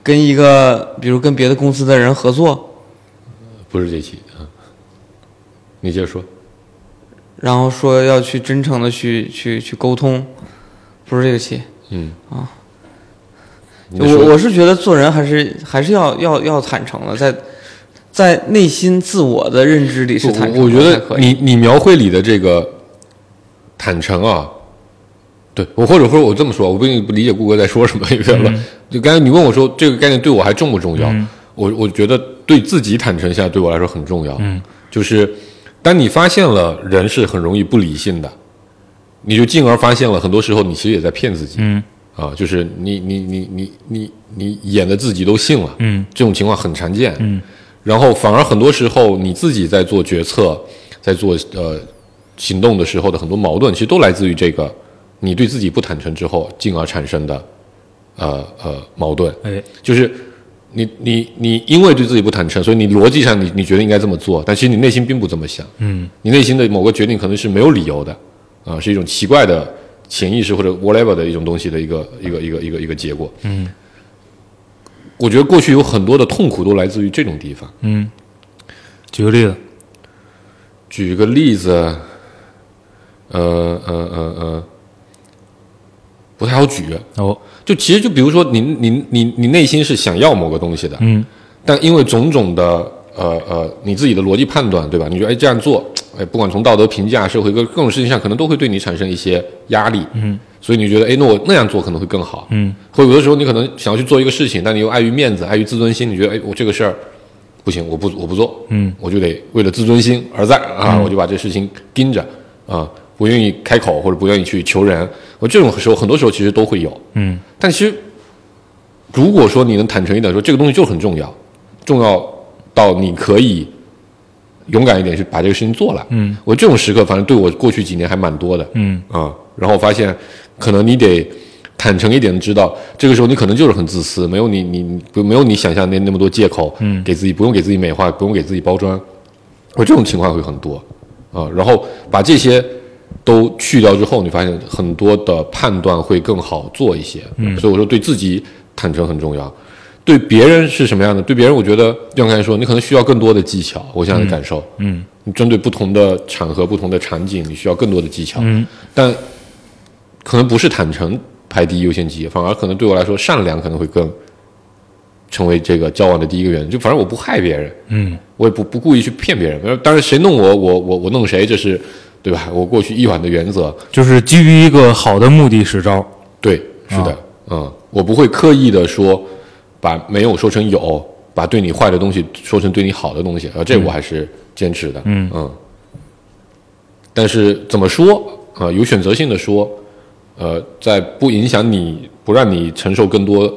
跟一个，比如跟别的公司的人合作，
不是这期啊，你接着说。
然后说要去真诚的去去去沟通，不是这个期。
嗯
啊，
你
我
说
我是觉得做人还是还是要要要坦诚的，在在内心自我的认知里是坦
我
诚
我觉
的才
得
可以。
你你描绘里的这个坦诚啊，对我或者或者我这么说，我不一定不理解顾哥在说什么， 有点乱。就刚才你问我说这个概念对我还重不重要？我我觉得对自己坦诚一下对我来说很重要。嗯，就是当你发现了人是很容易不理性的，你就进而发现了很多时候你其实也在骗自己。
嗯
啊，就是你你你你你你演的自己都信了，
嗯，
这种情况很常见，嗯，然后反而很多时候你自己在做决策，在做呃行动的时候的很多矛盾，其实都来自于这个你对自己不坦诚之后，进而产生的呃呃矛盾，
哎，
就是你你你因为对自己不坦诚，所以你逻辑上你你觉得应该这么做，但其实你内心并不这么想，
嗯，
你内心的某个决定可能是没有理由的，啊、是一种奇怪的潜意识或者 whatever 的一种东西的一个一个一个一个一个结果，嗯，我觉得过去有很多的痛苦都来自于这种地方。
嗯，举个例子，
举个例子，呃呃呃呃，不太好举，
哦，
就其实就比如说你你你你内心是想要某个东西的，
嗯，
但因为种种的呃呃你自己的逻辑判断，对吧？你觉得哎这样做，哎不管从道德评价、社会各各种事情上，可能都会对你产生一些压力，嗯，所以你觉得哎那我那样做可能会更好，
嗯，
或者有的时候你可能想要去做一个事情，但你又碍于面子、碍于自尊心，你觉得哎我这个事儿不行，我不我不做，
嗯，
我就得为了自尊心而战啊，我就把这事情盯着啊，不愿意开口或者不愿意去求人，我这种时候很多时候其实都会有，
嗯，
但其实如果说你能坦诚一点说这个东西就很重要，重要到你可以勇敢一点去把这个事情做了，
嗯，
我这种时刻反正对我过去几年还蛮多的，
嗯
啊，然后我发现可能你得坦诚一点，知道这个时候你可能就是很自私，没有你你你不没有你想象那那么多借口，嗯，给自己不用给自己美化，不用给自己包装，我这种情况会很多啊。然后把这些都去掉之后，你发现很多的判断会更好做一些，嗯，所以我说对自己坦诚很重要。对别人是什么样的？对别人，我觉得就像刚才说，你可能需要更多的技巧。我现在的感受，
嗯
你针对不同的场合、不同的场景，你需要更多的技巧。
嗯，
但可能不是坦诚排第一优先级，反而可能对我来说，善良可能会更成为这个交往的第一个原因。就反正我不害别人，
嗯，
我也不不故意去骗别人。呃当然，谁弄我，我我我弄谁，这是对吧？我过去一晚的原则。
就是基于一个好的目的使招，
对，是的，嗯，我不会刻意的说把没有说成有，把对你坏的东西说成对你好的东西，啊，这我还是坚持的，
嗯
但是怎么说啊、有选择性的说，呃，在不影响你、不让你承受更多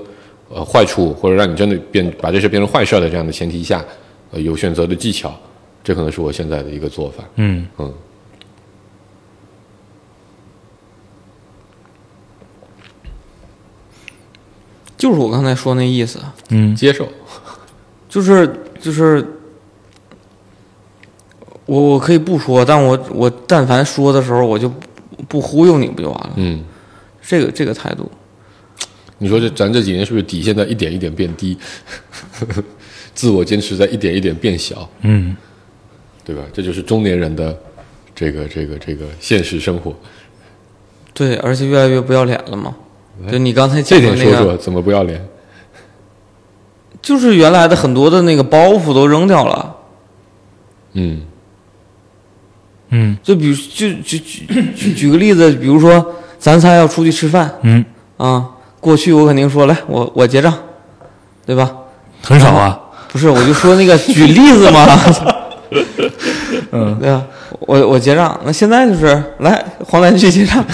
呃坏处，或者让你真的变把这事变成坏事儿的这样的前提下，呃，有选择的技巧，这可能是我现在的一个做法。
嗯
嗯，
就是我刚才说那意思，
嗯
接受，
就是就是，我我可以不说，但我我但凡说的时候，我就不不忽悠你不就完了？
嗯，
这个这个态度，
你说这咱这几年是不是底线在一点一点变低， 自我坚持在一点一点变小，
嗯，
对吧？这就是中年人的这个这个这个现实生活。
对，而且越来越不要脸了嘛。就你刚才
哎这
讲的
点
那
说
个，
说，怎么不要脸？
就是原来的很多的那个包袱都扔掉了。
嗯
嗯
就比如就就举举举个例子，比如说咱仨要出去吃饭
嗯，
啊，过去我肯定说来我我结账，对吧？
很少啊，
不是，我就说那个举例子嘛。嗯，对啊，我我结账，那现在就是来黄来去结账，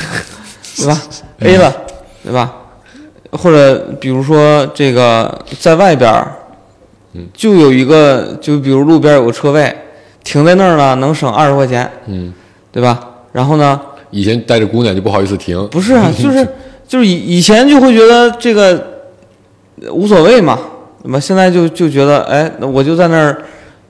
对吧？A 了，对吧？或者比如说这个在外边儿，就有一个，就比如路边有个车位，停在那儿了，能省二十块钱，
嗯，
对吧？然后呢，
以前带着姑娘就不好意思停，
不是 啊，就是就是以以前就会觉得这个呃无所谓嘛，那么现在就就觉得，哎，那我就在那儿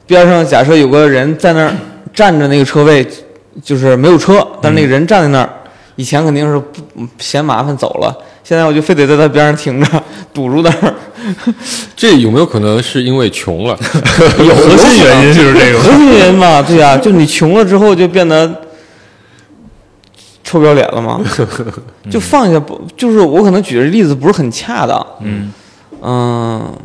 边上，假设有个人在那儿站着那个车位，嗯就是没有车，但是那个人站在那儿，以前肯定是不嫌麻烦走了，现在我就非得在他边上停着，堵住那儿。
这有没有可能是因为穷 了？
有核心原因就是 这
核
个，
心人嘛，对呀、就你穷了之后就变得臭不要脸了嘛，就放下不，就是我可能举的例子不是很恰当，
嗯
嗯，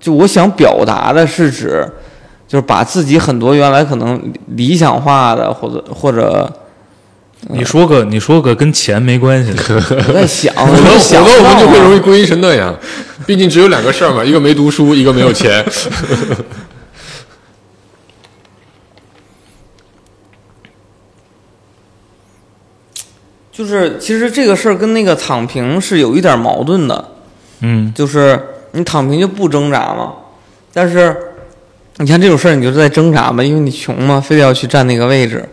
就我想表达的是指，就是把自己很多原来可能理想化的，或者或者
你说个你说个跟钱没关系的，
我在想，
可
我
能
就想啊
否则我们就会容
易
易归因成那样。毕竟只有两个事儿嘛，一个没读书，一个没有钱。
就是其实这个事儿跟那个躺平是有一点矛盾的，
嗯
就是你躺平就不挣扎嘛。但是你像这种事儿，你就是在挣扎嘛，因为你穷嘛，非得要去占那个位置。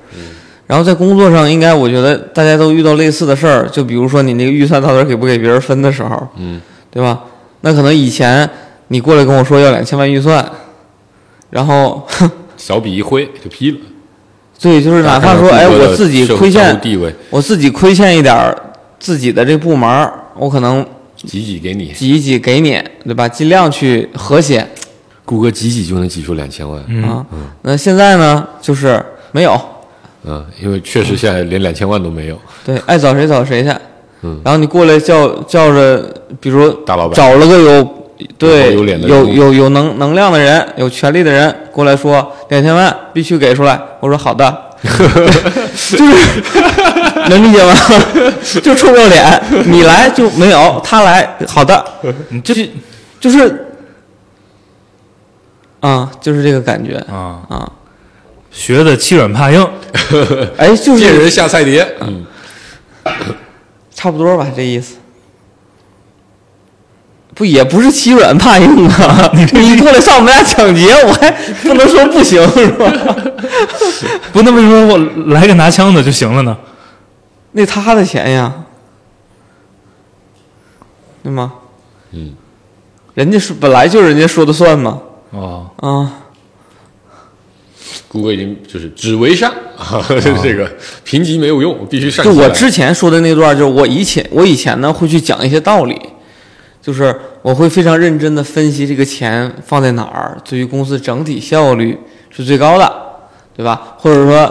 然后在工作上，应该我觉得大家都遇到类似的事儿，就比如说你那个预算到底给不给别人分的时候，
嗯，
对吧？那可能以前你过来跟我说要两千万预算，然后
小笔一挥就批了。
对，就是哪怕说
大家
哎，
看看中国的
我自己
社会
亏
社
欠
会，地位，
我自己亏欠一点儿自己的这部门儿，我可能
挤挤给你，
挤一挤给你，对吧？尽量去和谐。
谷歌挤挤就能挤出两千万。嗯
啊，那现在呢，就是没有，
啊因为确实现在连两千万都没有。
对，爱找谁找谁去，
嗯
然后你过来叫叫着，比如
大老板
找了个有对
有头有脸的
有
人物
有有能能量的人，有权力的人过来说两千万必须给出来，我说好 的，就是能理解 吗？就臭不要脸，你来就没有，他来好的，
你这
就是啊，就是这个感觉
啊
啊，
学的欺软怕硬，
哎，就
见
是
人下菜碟，嗯，
差不多吧，这意思。不也不是欺软怕硬 啊！你过来上我们家抢劫，我还不能说不行是吧？
不那为什么我来个拿枪的就行了呢？
那他的钱呀，对吗？
嗯，
人家是本来就是人家说的算嘛
哦，
啊！
谷歌已经就是只为上啊， 这个评级没有用，我必须上
就
起来。
我之前说的那段，就是我以前我以前呢会去讲一些道理，就是我会非常认真的分析这个钱放在哪儿，对于公司整体效率是最高的，对吧？或者说，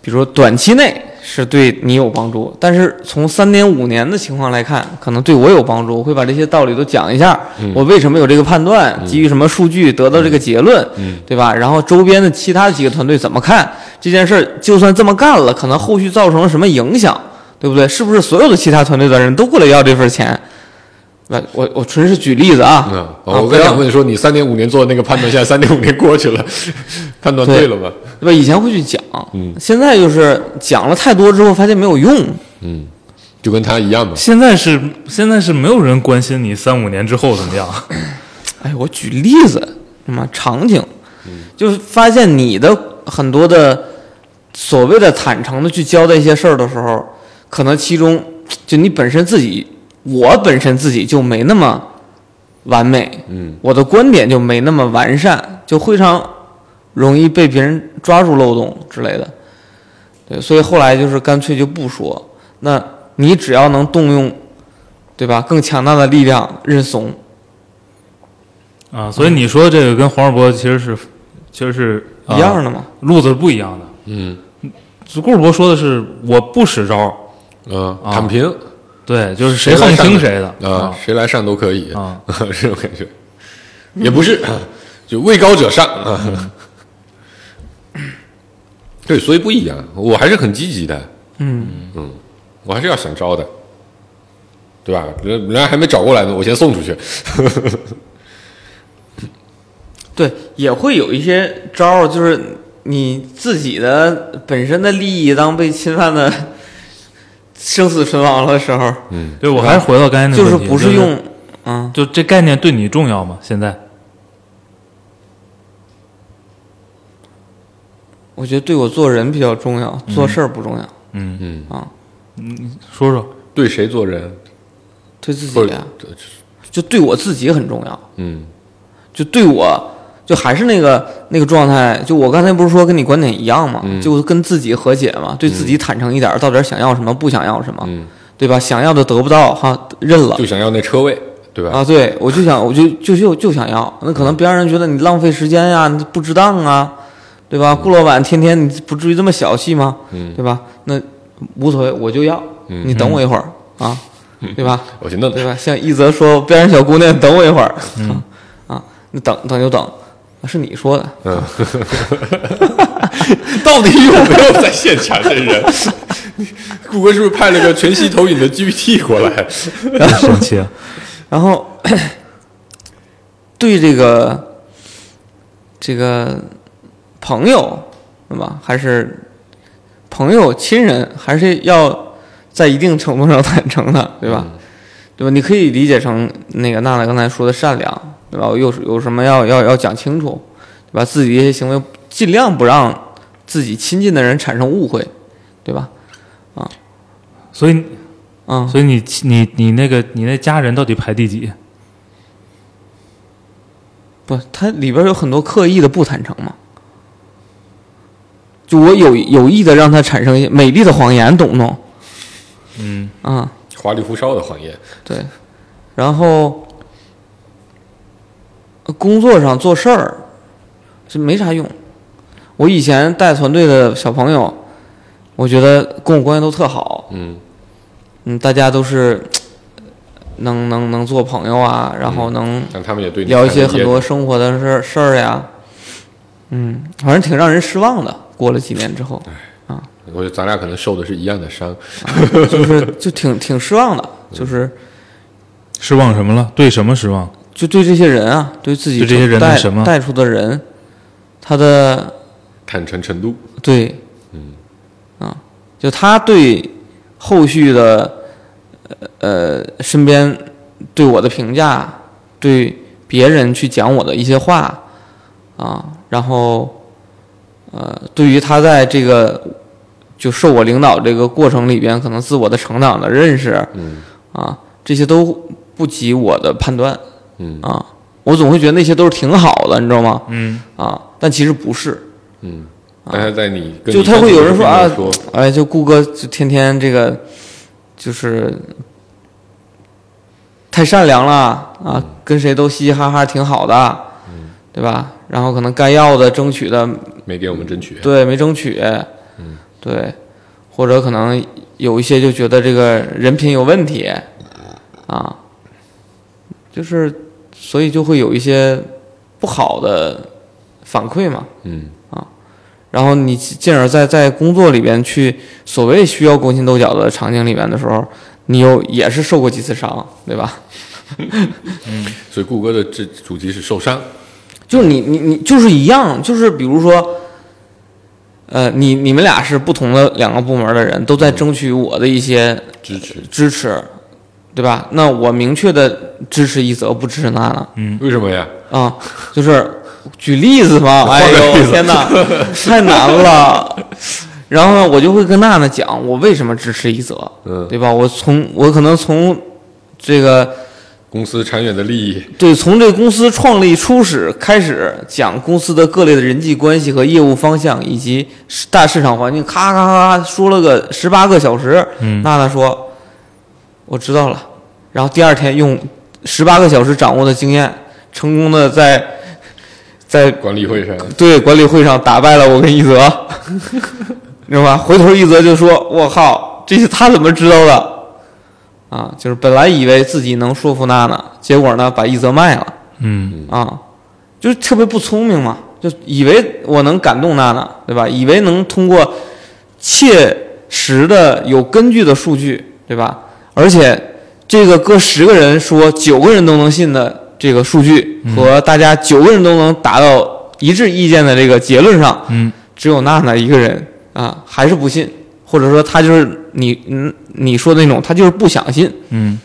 比如说短期内是对你有帮助，但是从三年五年的情况来看，可能对我有帮助。我会把这些道理都讲一下，我为什么有这个判断，基于什么数据得到这个结论，对吧？然后周边的其他几个团队怎么看这件事儿？就算这么干了，可能后续造成了什么影响，对不对？是不是所有的其他团队的人都过来要这份钱？那我我纯是举例子啊，
嗯，
啊
哦我
不
刚
要
想问说，你三点五年做的那个判断，现在三点五年过去了， 判断对了吧？
对吧？以前会去讲，
嗯
现在就是讲了太多之后发现没有用，
嗯，就跟他一样嘛。
现在是现在是没有人关心你三五年之后怎么样，
哎，我举例子，那么场景，就是发现你的很多的所谓的坦诚的去交代一些事儿的时候，可能其中就你本身自己，我本身自己就没那么完美，
嗯，
我的观点就没那么完善，就非常容易被别人抓住漏洞之类的。对，所以后来就是干脆就不说。那你只要能动用，对吧？更强大的力量，认怂，
啊，所以你说这个跟黄世博其实是其实是、
一样
的，
的嘛。
路子是不一样的。
嗯
顾世博说的是我不使招，
嗯，
啊
躺平，
对，就是
谁
横
来上
听
都
谁的
啊，谁来上都可以
啊，
这种感觉，也不是，就位高者上 啊。对，所以不一样，我还是很积极的，
嗯，
我还是要想招的，对吧？人人家还没找过来呢，我先送出去。
对，也会有一些招儿，就是你自己的本身的利益当被侵犯的生死存亡了的时候，
嗯
对我还是回到刚才那个
就
问
是
题，
不是用啊，
就这概念对你重要吗？现在
我觉得对我做人比较重要，做事儿不重要、
嗯，
啊，
说 说，
对谁做人，
对自
或
己
者
啊，就对我自己很重要，
嗯
就对我就还是那个那个状态。就我刚才不是说跟你观点一样嘛，
嗯
就跟自己和解嘛，对自己坦诚一点，到底想要什么，不想要什么，
嗯
对吧？想要的得不到，哈，认了
就想要那车位，对吧？
啊。对，我就想，我就就就就想要。那可能别让人觉得你浪费时间呀、你不值当啊，对吧？顾老板天天你不至于这么小气吗？
嗯
对吧？那无所谓，我就要，
嗯
你等我一会儿 啊，对吧？
我去弄
对吧？像一泽说，边上小姑娘等我一会儿，嗯啊，那等等就等，是你说的，
嗯， 到底有没有在现场的人？ 谷歌是不是派了个全息投影的 GPT 过来？
神奇啊！
然后 对这个这个朋友，对吧？还是朋友、亲人，还是要在一定程度上坦诚的，对吧？对吧？你可以理解成那个娜娜刚才说的善良，对吧？我有有什么要要要讲清楚，对吧？自己的一些行为尽量不让自己亲近的人产生误会，对吧？
所以，
嗯，
所以你你你那个你那家人到底排第几？
不，它里边有很多刻意的不坦诚嘛。就我有有意的让它产生一些美丽的谎言，懂不懂？
嗯
啊，
花里胡哨的谎言，
对。然后呃工作上做事儿是没啥用。我以前带团队的小朋友，我觉得跟我关系都特好，
嗯
嗯，大家都是能能能做朋友啊，然后能、
但他们也对你
聊一些
产生
很
厌
多生活的事儿事儿呀，嗯，反正挺让人失望的。过了几年之后，
我觉得咱俩可能受的是一样的伤，
就是就挺挺失望的，就是
失望什么了？对什么失望？
就对这些人啊，对自己
对这些人的
带
什么
带出的人，他的
坦诚程度，
对，嗯，啊，就他对后续的呃呃身边对我的评价，对别人去讲我的一些话啊，然后呃，对于他在这个就受我领导这个过程里边，可能自我的成长的认识
嗯
啊，这些都不及我的判断
嗯
啊，我总会觉得那些都是挺好的，你知道吗？
嗯，
啊，但其实不是，
嗯。但是在你
啊
跟
就
你
他会有人说
说
啊
说，
哎，就顾哥就天天这个就是太善良了啊，跟谁都嘻嘻哈哈，挺好的，对吧？然后可能该要的、争取的，
没给我们争取，
对，没争取，对，或者可能有一些就觉得这个人品有问题啊，就是所以就会有一些不好的反馈嘛，
嗯
然后你进而在在工作里边去所谓需要勾心斗角的场景里边的时候，你又也是受过几次伤，对吧？
所以顾哥的这主题是受伤，
就是你你你就是一样，就是比如说，呃，你你们俩是不同的两个部门的人，都在争取我的一些
支持。
支持，对吧？那我明确的支持一则，不支持那呢？
为什么呀？
啊，就是举例子嘛，哎呦天哪，太难了。然后呢，我就会跟娜娜讲我为什么支持一泽，
嗯
对吧？我从我可能从这个
公司长远的利益，
对从这公司创立初始开始讲公司的各类的人际关系和业务方向以及市大市场环境，咔咔咔咔说了个十八个小时。
嗯
娜娜说我知道了，然后第二天用十八个小时掌握的经验，成功的在在
管理会上，
对管理会上打败了我跟一泽，你知道吧？回头一泽就说：“我靠，这是他怎么知道的？”啊，就是本来以为自己能说服娜娜，结果呢把一泽卖了
嗯
啊，就是特别不聪明嘛，就以为我能感动娜娜，对吧？以为能通过切实的、有根据的数据，对吧？而且这个搁十个人说，九个人都能信的这个数据和大家九个人都能达到一致意见的这个结论上，
嗯，
只有娜娜一个人啊还是不信，或者说她就是你嗯你说的那种，她就是不想信
嗯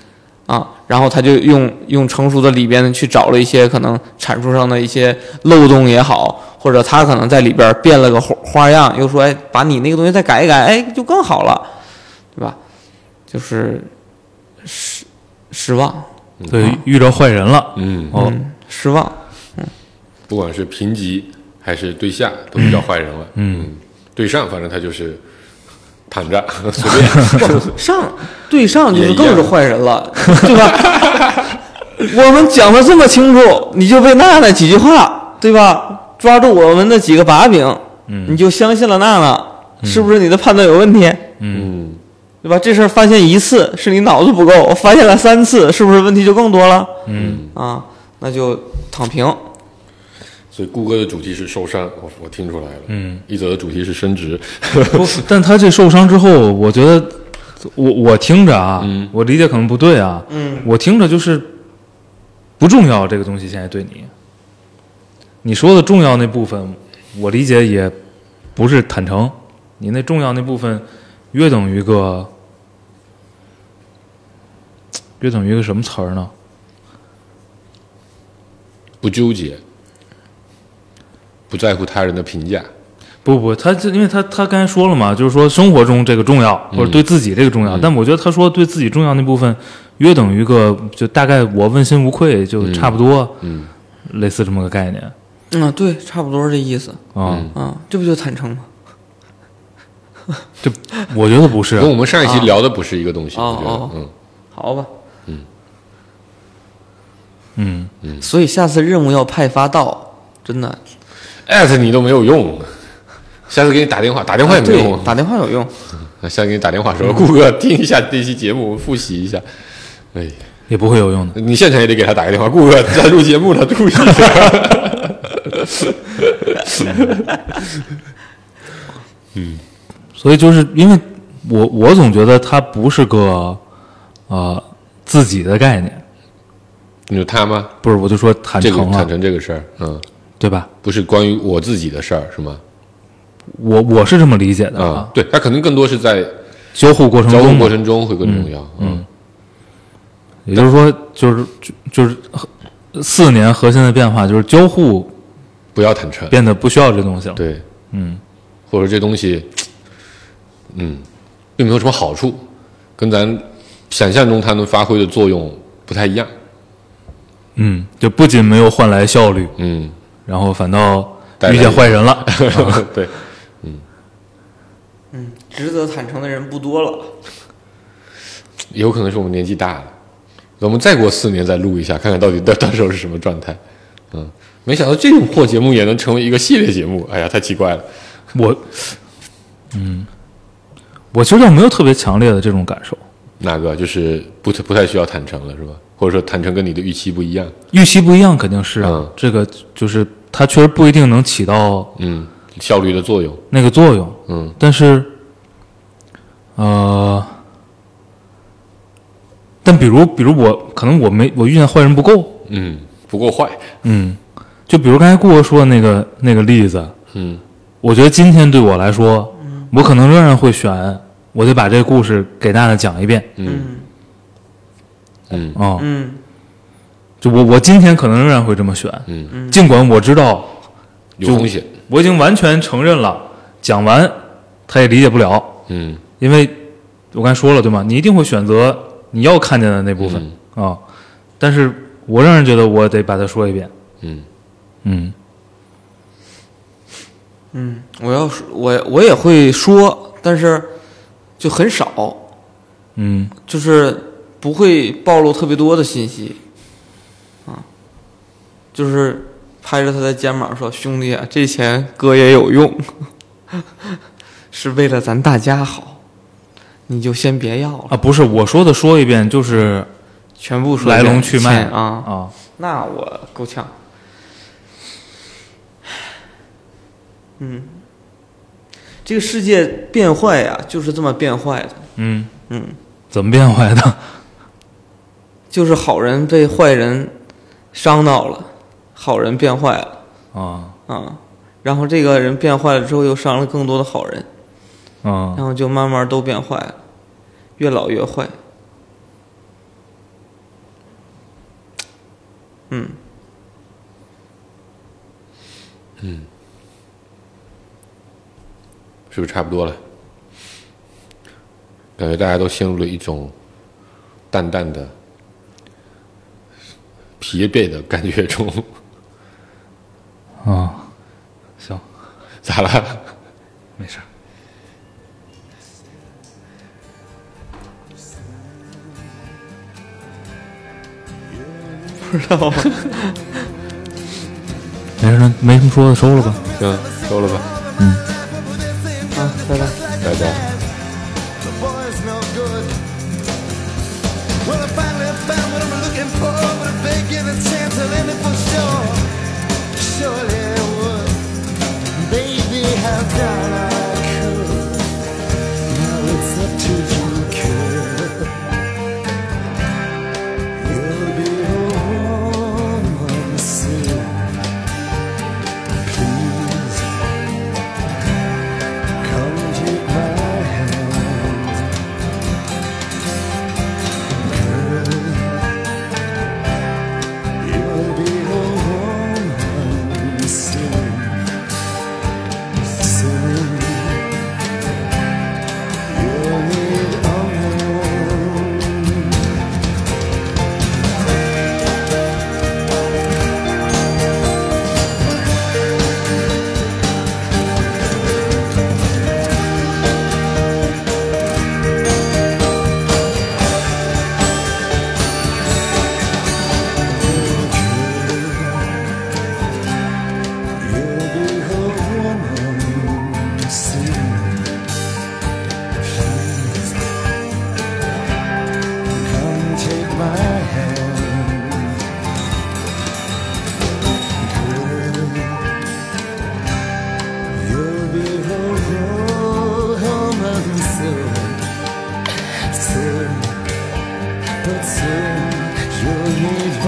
啊，然后她就用用成熟的里边去找了一些可能阐述上的一些漏洞也好，或者她可能在里边变了个花花样，又说哎把你那个东西再改一改，哎就更好了，对吧？就是失失望，
嗯对，遇着坏人了。
嗯，
哦，
嗯，失望，嗯，
不管是评级还是对下，都遇到坏人了。嗯，对上反正他就是躺 着随便。
上对上就是
也一
更是
样
坏人了，对吧？我们讲的这么清楚，你就被娜娜几句话，对吧？抓住我们的几个把柄，你就相信了娜娜，是不是你的判断有问题？
嗯，
对吧？这事儿发现一次是你脑子不够，发现了三次，是不是问题就更多了？嗯啊，那就躺平。
所以谷歌的主题是受伤，我我听出来了。嗯，一则的主题是升职，
不， 但他这受伤之后，我觉得我我听着啊，我理解可能不对啊，
嗯，
我听着就是不重要这个东西现在对你，你说的重要那部分，我理解也不是坦诚，你那重要那部分约等于个约等于个什么词儿呢？
不纠结，不在乎他人的评价。
不不，他这因为他他刚才说了嘛，就是说生活中这个重要，或
嗯
者对自己这个重要。但我觉得他说对自己重要那部分，约等于个就大概我问心无愧就差不多，
嗯
类似这么个概念
嗯，对，差不多是这意思。
啊。
嗯
啊，这不就坦诚吗？
这我觉得不是
跟我们上一期聊的不是一个东西，
哦
我觉得，
哦
嗯，
好吧，
嗯，
所以下次任务要派发到，真的。
艾特你都没有用，下次给你打电话，打电话也没用
啊对，，打电话有用。
下次给你打电话说，顾哥听一下这期节目，复习一下。哎，
也不会有用的。
你现场也得给他打个电话，顾哥在录节目呢，注意一下。
所以就是因为我我总觉得它不是个呃自己的概念，
你说他吗？
不是我就说坦
这个
诚了，
坦诚这个事儿，嗯，
对吧？
不是关于我自己的事儿，是吗？
我我是这么理解的
啊，，对他可能更多是在
交互过程
交
中
往
嘛
过程中会更重要。嗯，
也就是说，就是就就是呃四年核心的变化就是交互
不要坦诚，
变得不需要这东西了。，
对，
嗯，
或者这东西，嗯，并没有什么好处，跟咱想象中它能发挥的作用不太一样。
嗯，就不仅没有换来效率，
嗯，
然后反倒
带来
遇见坏人了。
对，
值得坦诚的人不多了。
有可能是我们年纪大了，我们再过四年再录一下，看看到底 到到时候是什么状态。嗯，没想到这种破节目也能成为一个系列节目，哎呀，太奇怪了。
我，嗯，我其实倒没有特别强烈的这种感受，
那个就是不太不太需要坦诚了，是吧？或者说坦诚跟你的预期不一样。
预期不一样肯定是啊、
嗯
这个就是它确实不一定能起到
嗯，效率的作用。
那个作用，
嗯，
但是，呃，但比如比如我可能我没我遇见坏人不够，
嗯，不够坏。
嗯，就比如刚才顾哥说的那个那个例子，
嗯
我觉得今天对我来说，我可能仍然会选，我得把这个故事给大家讲一遍
嗯
嗯
嗯
啊、
嗯，
就我我今天可能仍然会这么选，
嗯，
尽管我知道
有风险。
我已经完全承认了，讲完他也理解不了，
嗯
因为我刚才说了对吗？你一定会选择你要看见的那部分啊、
嗯
但是我仍然觉得我得把它说一遍，
嗯
嗯
嗯，我要说，我我也会说，但是就很少，
嗯
就是不会暴露特别多的信息。啊，就是拍着他的肩膀说：“兄弟啊，这钱哥也有用， 是为了咱大家好，你就先别要了，
啊，不是我说的说一遍就是。
全部说一
来
遍
龙去脉
钱啊。
啊！
那我够呛。嗯，这个世界变坏呀、就是这么变坏的。
嗯，
嗯，
怎么变坏的？
就是好人被坏人伤到了，好人变坏了
啊
啊。然后这个人变坏了之后，又伤了更多的好人，
啊
然后就慢慢都变坏了，越老越坏。嗯，
是不是差不多了？感觉大家都陷入了一种淡淡的 疲惫的感觉中。卡了。
啊没事儿。
不知道，
没事儿，那没什么说的，收了吧。
行，嗯收了吧，
啊，拜拜。
拜拜。
The boy's no good. Well, I finally found what I'm looking for, but if they give a chance, I'll end it for sure. Surely I would. Baby, how done I could. Now it's up to you, kid. You'll be home soon. Please come take my hand. You'll be a woman soon, soon. You'll need a woman. You'll be a woman soon. Please come take my hand. Girl, you'll be a woman soon. Soon, but soon you'll need